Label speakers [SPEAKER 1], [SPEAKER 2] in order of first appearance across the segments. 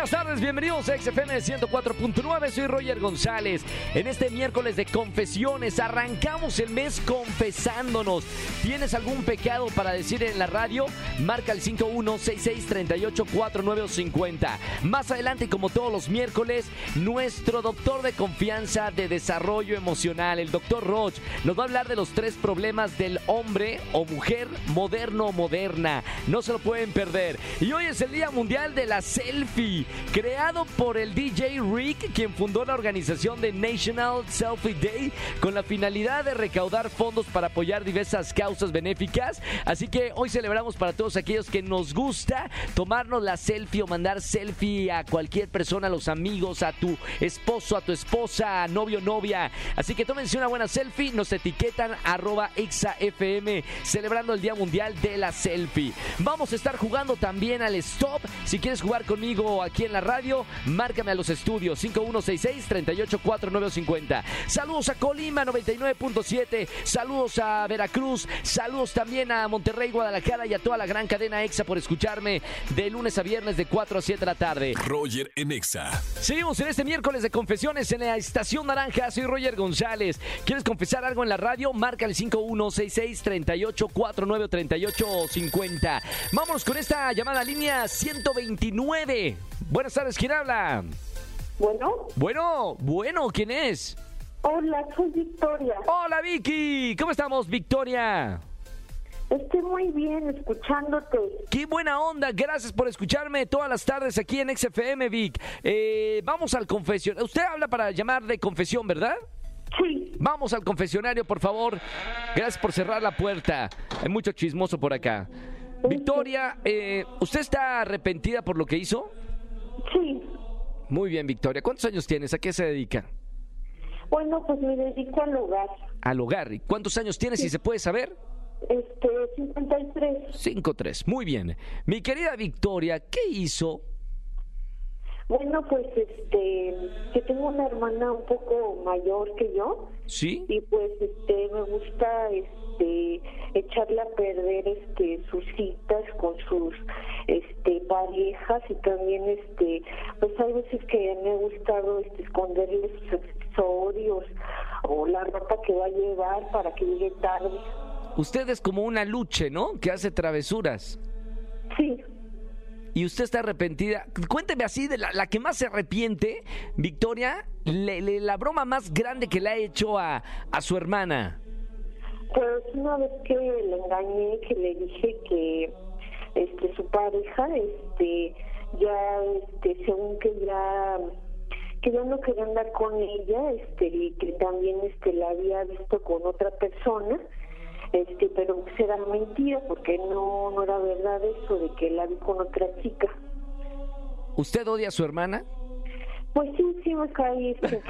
[SPEAKER 1] Buenas tardes, bienvenidos a XFM 104.9, soy Roger González. En este miércoles de confesiones arrancamos el mes confesándonos. ¿Tienes algún pecado para decir en la radio? Marca el 5166384950. Más adelante, como todos los miércoles, nuestro doctor de confianza de desarrollo emocional, el doctor Roche, nos va a hablar de los tres problemas del hombre o mujer moderno o moderna. No se lo pueden perder. Y hoy es el Día Mundial de la Selfie, creado por el DJ Rick, quien fundó la organización de National Selfie Day con la finalidad de recaudar fondos para apoyar diversas causas benéficas. Así que hoy celebramos para todos aquellos que nos gusta tomarnos la selfie o mandar selfie a cualquier persona, a los amigos, a tu esposo, a tu esposa, a novio, novia. Así que tómense una buena selfie, nos etiquetan arroba XAFM, celebrando el Día Mundial de la Selfie. Vamos a estar jugando también al Stop. Si quieres jugar conmigo aquí en la radio, márcame a los estudios 5166-384950. Saludos a Colima 99.7, saludos a Veracruz, saludos también a Monterrey, Guadalajara y a toda la gran cadena EXA por escucharme de lunes a viernes de 4 a 7 de la tarde.
[SPEAKER 2] Roger en Exa.
[SPEAKER 1] Seguimos en este miércoles de confesiones en la Estación Naranja. Soy Roger González. ¿Quieres confesar algo en la radio? Marca el 5166-3849-3850. Vámonos con esta llamada a línea 129. Buenas tardes, ¿quién habla?
[SPEAKER 3] Bueno,
[SPEAKER 1] Bueno, bueno, ¿quién es?
[SPEAKER 3] hola, soy Victoria.
[SPEAKER 1] Hola Vicky, ¿cómo estamos Victoria?
[SPEAKER 3] Estoy muy bien escuchándote.
[SPEAKER 1] Qué buena onda, gracias por escucharme todas las tardes aquí en XFM Vic. Eh, vamos al confesionario. Usted habla para llamar de confesión, ¿verdad?
[SPEAKER 3] Sí,
[SPEAKER 1] Vamos al confesionario, por favor. Gracias por cerrar la puerta. Hay mucho chismoso por acá. Victoria, eh, ¿usted está arrepentida por lo que hizo?
[SPEAKER 3] sí.
[SPEAKER 1] Muy bien, Victoria. ¿Cuántos años tienes? ¿A qué se dedica?
[SPEAKER 3] Bueno, pues me dedico al hogar.
[SPEAKER 1] Al hogar. ¿Y cuántos años tienes, si se puede saber?
[SPEAKER 3] Este, 53.
[SPEAKER 1] 5-3. Muy bien. Mi querida Victoria, ¿qué hizo?
[SPEAKER 3] Bueno, pues este, que tengo una hermana un poco mayor que yo
[SPEAKER 1] ¿Sí?
[SPEAKER 3] y pues este me gusta este echarla a perder este sus citas con sus este parejas y también este pues hay veces que me ha gustado este esconderle sus accesorios o la ropa que va a llevar para que llegue tarde
[SPEAKER 1] Usted es como una luche, ¿no? Que hace travesuras.
[SPEAKER 3] sí
[SPEAKER 1] y usted está arrepentida, cuénteme así de la, la que más se arrepiente, Victoria, le- le- la broma más grande que le ha hecho a, a su hermana.
[SPEAKER 3] Pues una vez que le engañé, que le dije que este su pareja, este, ya, este, según que ya, que ya no quería andar con ella, este, y que también este la había visto con otra persona, este, pero pues era mentira, porque no, no era verdad eso de que la vi con otra chica.
[SPEAKER 1] ¿Usted odia a su hermana?
[SPEAKER 3] Pues sí, sí me caí. este.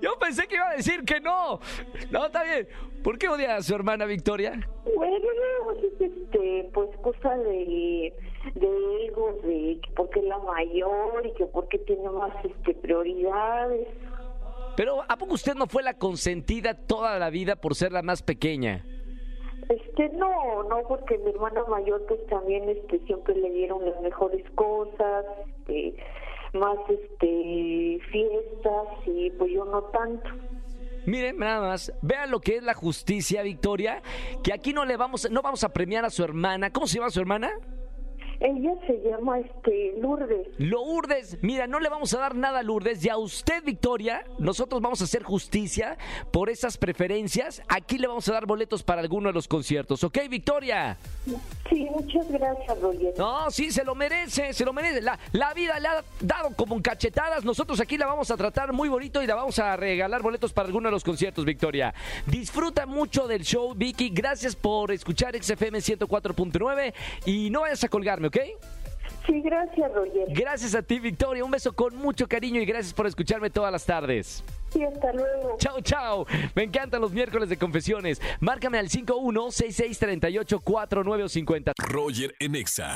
[SPEAKER 1] Yo pensé que iba a decir que no. No, está bien. ¿Por qué odia a su hermana, Victoria?
[SPEAKER 3] Bueno, no, pues es este, pues cosa de, de egos, de que porque es la mayor y que porque tiene más este prioridades.
[SPEAKER 1] Pero ¿a poco usted no fue la consentida toda la vida por ser la más pequeña?
[SPEAKER 3] Este, no, no, porque mi hermana mayor pues también este siempre le dieron las mejores cosas, este, más este fiestas y pues yo no tanto.
[SPEAKER 1] Miren, nada más, vean lo que es la justicia, Victoria, que aquí no le vamos, no vamos a premiar a su hermana. ¿Cómo se llama su hermana?
[SPEAKER 3] Ella se llama este Lourdes.
[SPEAKER 1] Lourdes, mira, no le vamos a dar nada a Lourdes y a usted, Victoria, nosotros vamos a hacer justicia por esas preferencias. Aquí le vamos a dar boletos para alguno de los conciertos, ¿ok, Victoria?
[SPEAKER 3] Sí, muchas gracias, Roger.
[SPEAKER 1] No, sí, se lo merece, se lo merece. La, la vida le ha dado como cachetadas. Nosotros aquí la vamos a tratar muy bonito y la vamos a regalar boletos para alguno de los conciertos, Victoria. Disfruta mucho del show, Vicky. Gracias por escuchar XFM 104.9 y no vayas a colgarme, ¿ok?
[SPEAKER 3] Sí, gracias, Roger.
[SPEAKER 1] Gracias a ti, Victoria. Un beso con mucho cariño y gracias por escucharme todas las tardes.
[SPEAKER 3] Sí, hasta luego.
[SPEAKER 1] Chao, chao. Me encantan los miércoles de confesiones. Márcame al 5166384950.
[SPEAKER 2] Roger en Exa.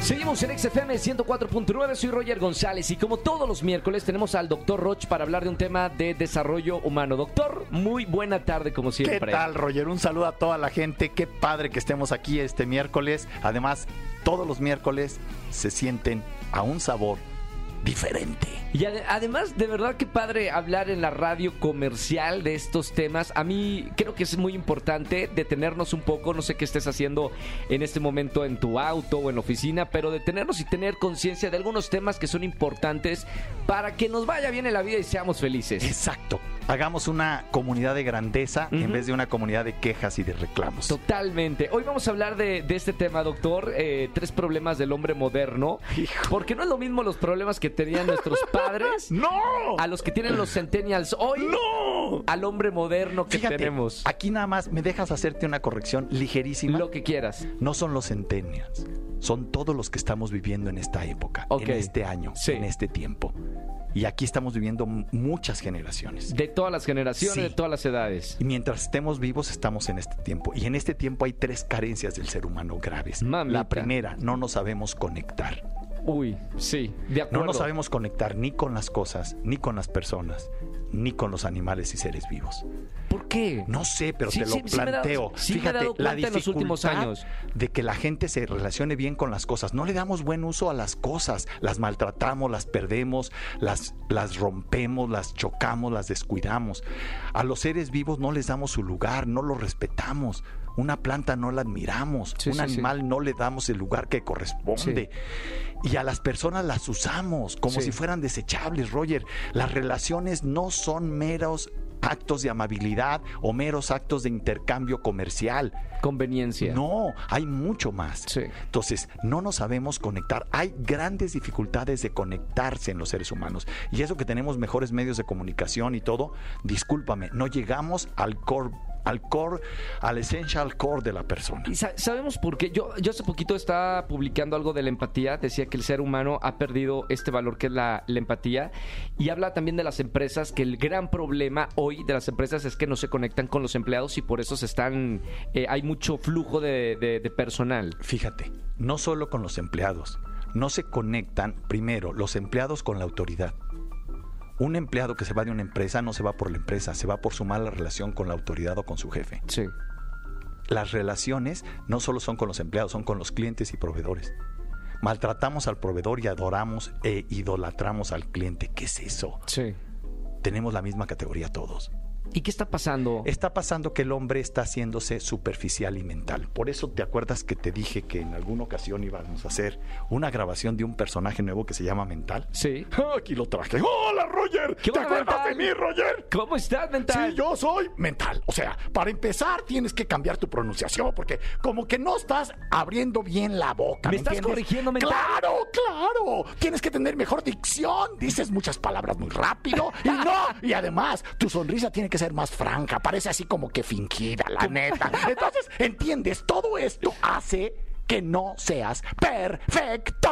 [SPEAKER 1] Seguimos en XFM 104.9, soy Roger González y como todos los miércoles tenemos al doctor Roch para hablar de un tema de desarrollo humano. Doctor, muy buena tarde como
[SPEAKER 4] ¿Qué
[SPEAKER 1] siempre.
[SPEAKER 4] tal, Roger? Un saludo a toda la gente. Qué padre que estemos aquí este miércoles. Además, todos los miércoles se sienten a un sabor diferente.
[SPEAKER 1] Y ade- además, de verdad que padre hablar en la radio comercial de estos temas. A mí creo que es muy importante detenernos un poco. No sé qué estés haciendo en este momento en tu auto o en la oficina, pero detenernos y tener conciencia de algunos temas que son importantes para que nos vaya bien en la vida y seamos felices.
[SPEAKER 4] Exacto. Hagamos una comunidad de grandeza
[SPEAKER 1] Ujú.
[SPEAKER 4] en vez de una comunidad de quejas y de reclamos.
[SPEAKER 1] Totalmente. Hoy vamos a hablar de, de este tema, doctor. eh, tres problemas del hombre moderno. Porque no es lo mismo los problemas que tenían nuestros padres
[SPEAKER 4] ¡No!
[SPEAKER 1] a los que tienen los centennials hoy.
[SPEAKER 4] ¡No!
[SPEAKER 1] Al hombre moderno que
[SPEAKER 4] Fíjate,
[SPEAKER 1] tenemos.
[SPEAKER 4] aquí nada más me dejas hacerte una corrección ligerísima.
[SPEAKER 1] Lo que quieras.
[SPEAKER 4] No son los centennials, son todos los que estamos viviendo en esta época,
[SPEAKER 1] Ok.
[SPEAKER 4] en este año,
[SPEAKER 1] Sí.
[SPEAKER 4] en este tiempo. Y aquí estamos viviendo m- muchas generaciones.
[SPEAKER 1] De todas las generaciones,
[SPEAKER 4] Sí.
[SPEAKER 1] de todas las edades.
[SPEAKER 4] Y mientras estemos vivos estamos en este tiempo. Y en este tiempo hay tres carencias del ser humano graves.
[SPEAKER 1] Mamita.
[SPEAKER 4] La primera, no nos sabemos conectar.
[SPEAKER 1] Uy, sí, de acuerdo.
[SPEAKER 4] No nos sabemos conectar ni con las cosas, ni con las personas, ni con los animales y seres vivos.
[SPEAKER 1] ¿Por qué?
[SPEAKER 4] No sé, pero
[SPEAKER 1] Sí,
[SPEAKER 4] te lo
[SPEAKER 1] sí, sí me he dado-
[SPEAKER 4] planteo.
[SPEAKER 1] sí me he
[SPEAKER 4] Fíjate,
[SPEAKER 1] dado
[SPEAKER 4] la
[SPEAKER 1] cuenta en los últimos
[SPEAKER 4] dificultad
[SPEAKER 1] años.
[SPEAKER 4] de que la gente se relacione bien con las cosas. No le damos buen uso a las cosas. Las maltratamos, las perdemos, las, las rompemos, las chocamos, las descuidamos. A los seres vivos no les damos su lugar, no los respetamos. Una planta no la admiramos,
[SPEAKER 1] Sí,
[SPEAKER 4] un
[SPEAKER 1] sí, sí.
[SPEAKER 4] animal no le damos el lugar que corresponde. Y a las personas las usamos como
[SPEAKER 1] Sí.
[SPEAKER 4] si fueran desechables, Roger. Las relaciones no son meros actos de amabilidad o meros actos de intercambio comercial.
[SPEAKER 1] Conveniencia.
[SPEAKER 4] No, hay mucho más.
[SPEAKER 1] Sí.
[SPEAKER 4] Entonces, no nos sabemos conectar. Hay grandes dificultades de conectarse en los seres humanos. Y eso que tenemos mejores medios de comunicación y todo, discúlpame, no llegamos al core, al core, al essential core de la persona.
[SPEAKER 1] Y sa- sabemos por qué. Yo, yo hace poquito estaba publicando algo de la empatía. Decía que el ser humano ha perdido este valor que es la, la empatía. Y habla también de las empresas, que el gran problema hoy de las empresas es que no se conectan con los empleados y por eso se están. eh, hay mucho flujo de, de- de personal.
[SPEAKER 4] Fíjate, no solo con los empleados, no se conectan primero los empleados con la autoridad. Un empleado que se va de una empresa no se va por la empresa, se va por su mala relación con la autoridad o con su jefe.
[SPEAKER 1] Sí.
[SPEAKER 4] Las relaciones no solo son con los empleados, son con los clientes y proveedores. Maltratamos al proveedor y adoramos e idolatramos al cliente. ¿Qué es eso?
[SPEAKER 1] Sí.
[SPEAKER 4] Tenemos la misma categoría todos.
[SPEAKER 1] ¿Y qué está pasando?
[SPEAKER 4] Está pasando que el hombre está haciéndose superficial y mental. Por eso te acuerdas que te dije que en alguna ocasión íbamos a hacer una grabación de un personaje nuevo que se llama Mental.
[SPEAKER 1] Sí.
[SPEAKER 4] ¡Ah, Aquí lo traje. ¡Hola, Roger!
[SPEAKER 1] ¿Qué
[SPEAKER 4] ¿Te
[SPEAKER 1] onda,
[SPEAKER 4] acuerdas
[SPEAKER 1] Mental?
[SPEAKER 4] de mí, Roger?
[SPEAKER 1] ¿Cómo estás, mental?
[SPEAKER 4] Sí, yo soy mental. O sea, para empezar tienes que cambiar tu pronunciación porque como que no estás abriendo bien la
[SPEAKER 1] ¿Me
[SPEAKER 4] boca. ¿Me,
[SPEAKER 1] estás
[SPEAKER 4] entiendes?
[SPEAKER 1] corrigiendo, mental?
[SPEAKER 4] Claro, claro. Tienes que tener mejor dicción. Dices muchas palabras muy rápido y no. Y además, tu sonrisa tiene que ser más franca. Parece así como que fingida, la neta. Entonces, ¿entiendes? Todo esto hace que no seas perfecto.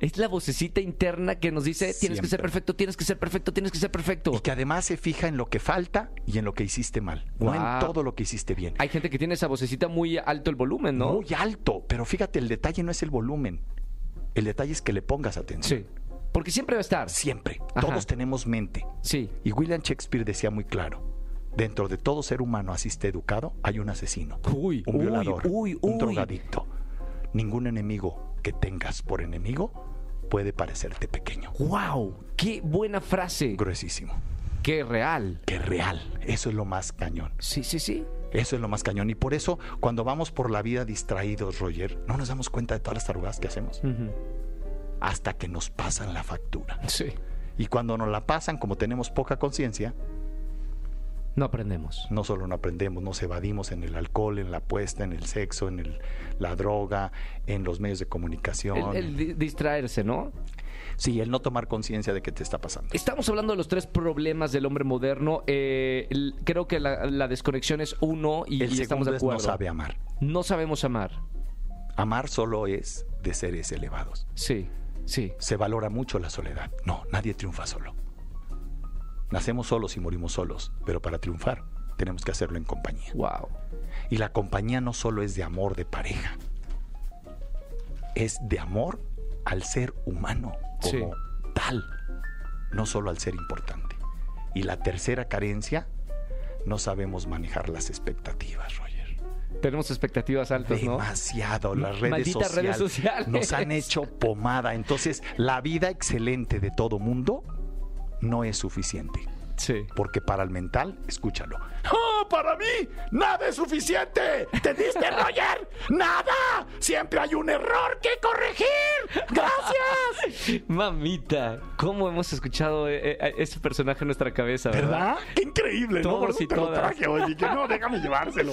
[SPEAKER 1] Es la vocecita interna que nos dice, tienes que ser
[SPEAKER 4] Siempre.
[SPEAKER 1] perfecto, tienes que ser perfecto, tienes que ser perfecto.
[SPEAKER 4] Y que además se fija en lo que falta y en lo que hiciste mal, no
[SPEAKER 1] Guau.
[SPEAKER 4] en todo lo que hiciste bien.
[SPEAKER 1] Hay gente que tiene esa vocecita muy alto el volumen, ¿no?
[SPEAKER 4] Muy alto, pero fíjate, el detalle no es el volumen. El detalle es que le pongas atención.
[SPEAKER 1] Sí. Porque siempre va a estar.
[SPEAKER 4] Siempre.
[SPEAKER 1] Ajá.
[SPEAKER 4] Todos tenemos mente.
[SPEAKER 1] Sí.
[SPEAKER 4] Y William Shakespeare decía muy claro, dentro de todo ser humano así esté educado, hay un asesino,
[SPEAKER 1] Uy,
[SPEAKER 4] un
[SPEAKER 1] uy,
[SPEAKER 4] violador,
[SPEAKER 1] uy, uy.
[SPEAKER 4] un drogadicto. Ningún enemigo que tengas por enemigo puede parecerte pequeño.
[SPEAKER 1] ¡Wow! ¡Qué buena frase!
[SPEAKER 4] Gruesísimo.
[SPEAKER 1] ¡Qué real!
[SPEAKER 4] Que real. Eso es lo más cañón.
[SPEAKER 1] Sí, sí, sí.
[SPEAKER 4] Eso es lo más cañón. Y por eso, cuando vamos por la vida distraídos, Roger, no nos damos cuenta de todas las tarugadas que hacemos. Hasta que nos pasan la factura.
[SPEAKER 1] Sí.
[SPEAKER 4] Y cuando nos la pasan, como tenemos poca conciencia,
[SPEAKER 1] No aprendemos.
[SPEAKER 4] no solo no aprendemos, nos evadimos en el alcohol, en la apuesta, en el sexo, en el- la droga, en los medios de
[SPEAKER 1] El,
[SPEAKER 4] comunicación.
[SPEAKER 1] el di- distraerse, ¿no?
[SPEAKER 4] Sí, el no tomar conciencia de que te está pasando.
[SPEAKER 1] Estamos hablando de los tres problemas del hombre moderno. Eh, el- creo que la, la desconexión es uno y,
[SPEAKER 4] el
[SPEAKER 1] y estamos
[SPEAKER 4] segundo
[SPEAKER 1] de
[SPEAKER 4] es no
[SPEAKER 1] acuerdo.
[SPEAKER 4] sabe amar.
[SPEAKER 1] No sabemos amar.
[SPEAKER 4] Amar solo es de seres elevados.
[SPEAKER 1] Sí, sí.
[SPEAKER 4] se valora mucho la soledad. No, nadie triunfa solo. Nacemos solos y morimos solos, pero para triunfar tenemos que hacerlo en compañía.
[SPEAKER 1] ¡Wow!
[SPEAKER 4] Y la compañía no solo es de amor de pareja. es de amor al ser humano como
[SPEAKER 5] Sí.
[SPEAKER 4] tal, no solo al ser importante. Y la tercera carencia, no sabemos manejar las expectativas, Roger.
[SPEAKER 5] Tenemos expectativas altas, Pues ¿no?
[SPEAKER 4] Demasiado. Las redes
[SPEAKER 5] Malditas
[SPEAKER 4] sociales,
[SPEAKER 5] redes sociales.
[SPEAKER 4] nos han hecho pomada. Entonces, la vida excelente de todo mundo no es suficiente.
[SPEAKER 5] Sí.
[SPEAKER 4] Porque para el mental, escúchalo. ¡Oh, para mí! ¡Nada es suficiente! ¿Entendiste, Roger? ¡Nada! ¡Siempre hay un error que corregir! ¡Gracias!
[SPEAKER 5] Mamita, ¿cómo hemos escuchado eh, eh, a ese personaje en nuestra cabeza, verdad?
[SPEAKER 4] ¿Verdad? ¡Qué increíble! ¿no?
[SPEAKER 5] Todos
[SPEAKER 4] Por eso
[SPEAKER 5] y
[SPEAKER 4] te lo
[SPEAKER 5] todas.
[SPEAKER 4] traje, oye. Que no, déjame llevárselo.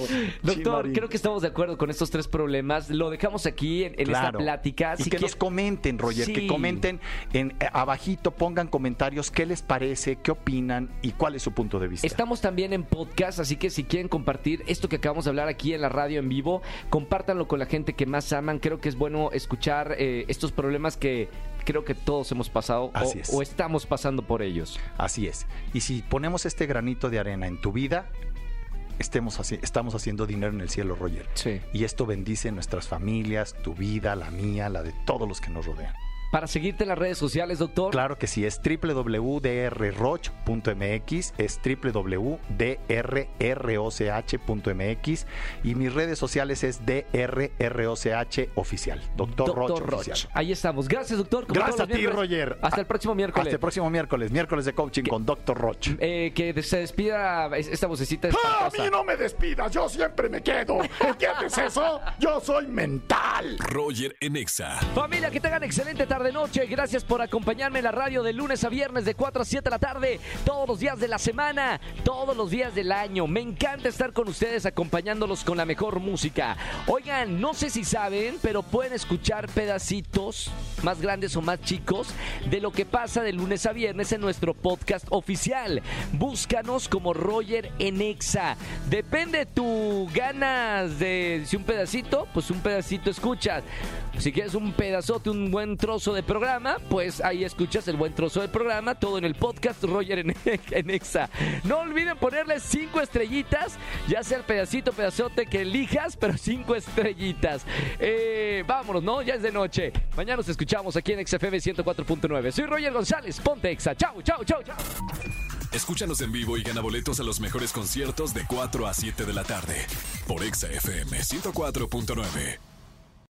[SPEAKER 5] Doctor,
[SPEAKER 4] Chimarín.
[SPEAKER 5] creo que estamos de acuerdo con estos tres problemas. Lo dejamos aquí en, en esta
[SPEAKER 4] Claro.
[SPEAKER 5] plática.
[SPEAKER 4] Y
[SPEAKER 5] Si
[SPEAKER 4] que
[SPEAKER 5] quie-
[SPEAKER 4] nos comenten, Roger,
[SPEAKER 5] Sí.
[SPEAKER 4] que comenten en eh, abajito, pongan comentarios qué les parece, qué opinan y cuál es su punto de vista.
[SPEAKER 5] Estamos también en podcast, así que si quieren compartir esto que acabamos de hablar aquí en la radio en vivo, compártanlo con la gente que más aman. Creo que es bueno escuchar eh, estos problemas que creo que todos hemos pasado o-
[SPEAKER 4] Así es.
[SPEAKER 5] o estamos pasando por ellos.
[SPEAKER 4] Así es. Y si ponemos este granito de arena en tu vida, estemos haci- estamos haciendo dinero en el cielo, Roger.
[SPEAKER 5] Sí.
[SPEAKER 4] Y esto bendice nuestras familias, tu vida, la mía, la de todos los que nos rodean.
[SPEAKER 5] Para seguirte en las redes sociales, doctor.
[SPEAKER 4] Claro que sí, es www.drroch.mx, es www.drroch.mx y mis redes sociales es drroch oficial, Doctor,
[SPEAKER 5] Doctor
[SPEAKER 4] Roch,
[SPEAKER 5] Roch.
[SPEAKER 4] oficial.
[SPEAKER 5] Ahí estamos. Gracias, doctor. como
[SPEAKER 4] Gracias a
[SPEAKER 5] todos los
[SPEAKER 4] ti,
[SPEAKER 5] miércoles.
[SPEAKER 4] Roger.
[SPEAKER 5] Hasta el próximo miércoles.
[SPEAKER 4] Hasta el próximo miércoles, miércoles de coaching con Doctor Roch.
[SPEAKER 5] Eh, que se despida es- esta vocecita.
[SPEAKER 4] ¡Ah,
[SPEAKER 5] espantosa.
[SPEAKER 4] no me despidas! Yo siempre me quedo. ¿Entiendes eso? Yo soy mental.
[SPEAKER 2] Roger en Exa.
[SPEAKER 1] Familia, que tengan excelente tarde-noche. Gracias por acompañarme en la radio de lunes a viernes de 4 a 7 de la tarde, todos los días de la semana, todos los días del año. Me encanta estar con ustedes acompañándolos con la mejor música. Oigan, no sé si saben, pero pueden escuchar pedacitos más grandes o más chicos de lo que pasa de lunes a viernes en nuestro podcast oficial. Búscanos como Roger en Exa. Depende tu ganas de si un pedacito, pues un pedacito escuchas. Si quieres un pedazote, un buen trozo de programa, pues ahí escuchas el buen trozo del programa, todo en el podcast Roger en, en Exa. No olviden ponerle cinco estrellitas, ya sea el pedacito, pedazote que elijas, pero cinco estrellitas. Eh, vámonos, ¿no? Ya es de noche. Mañana nos escuchamos aquí en XFM 104.9. Soy Roger González, ponte Exa. Chau, chau, chau, chau.
[SPEAKER 2] Escúchanos en vivo y gana boletos a los mejores conciertos de 4 a 7 de la tarde por Exa FM 104.9.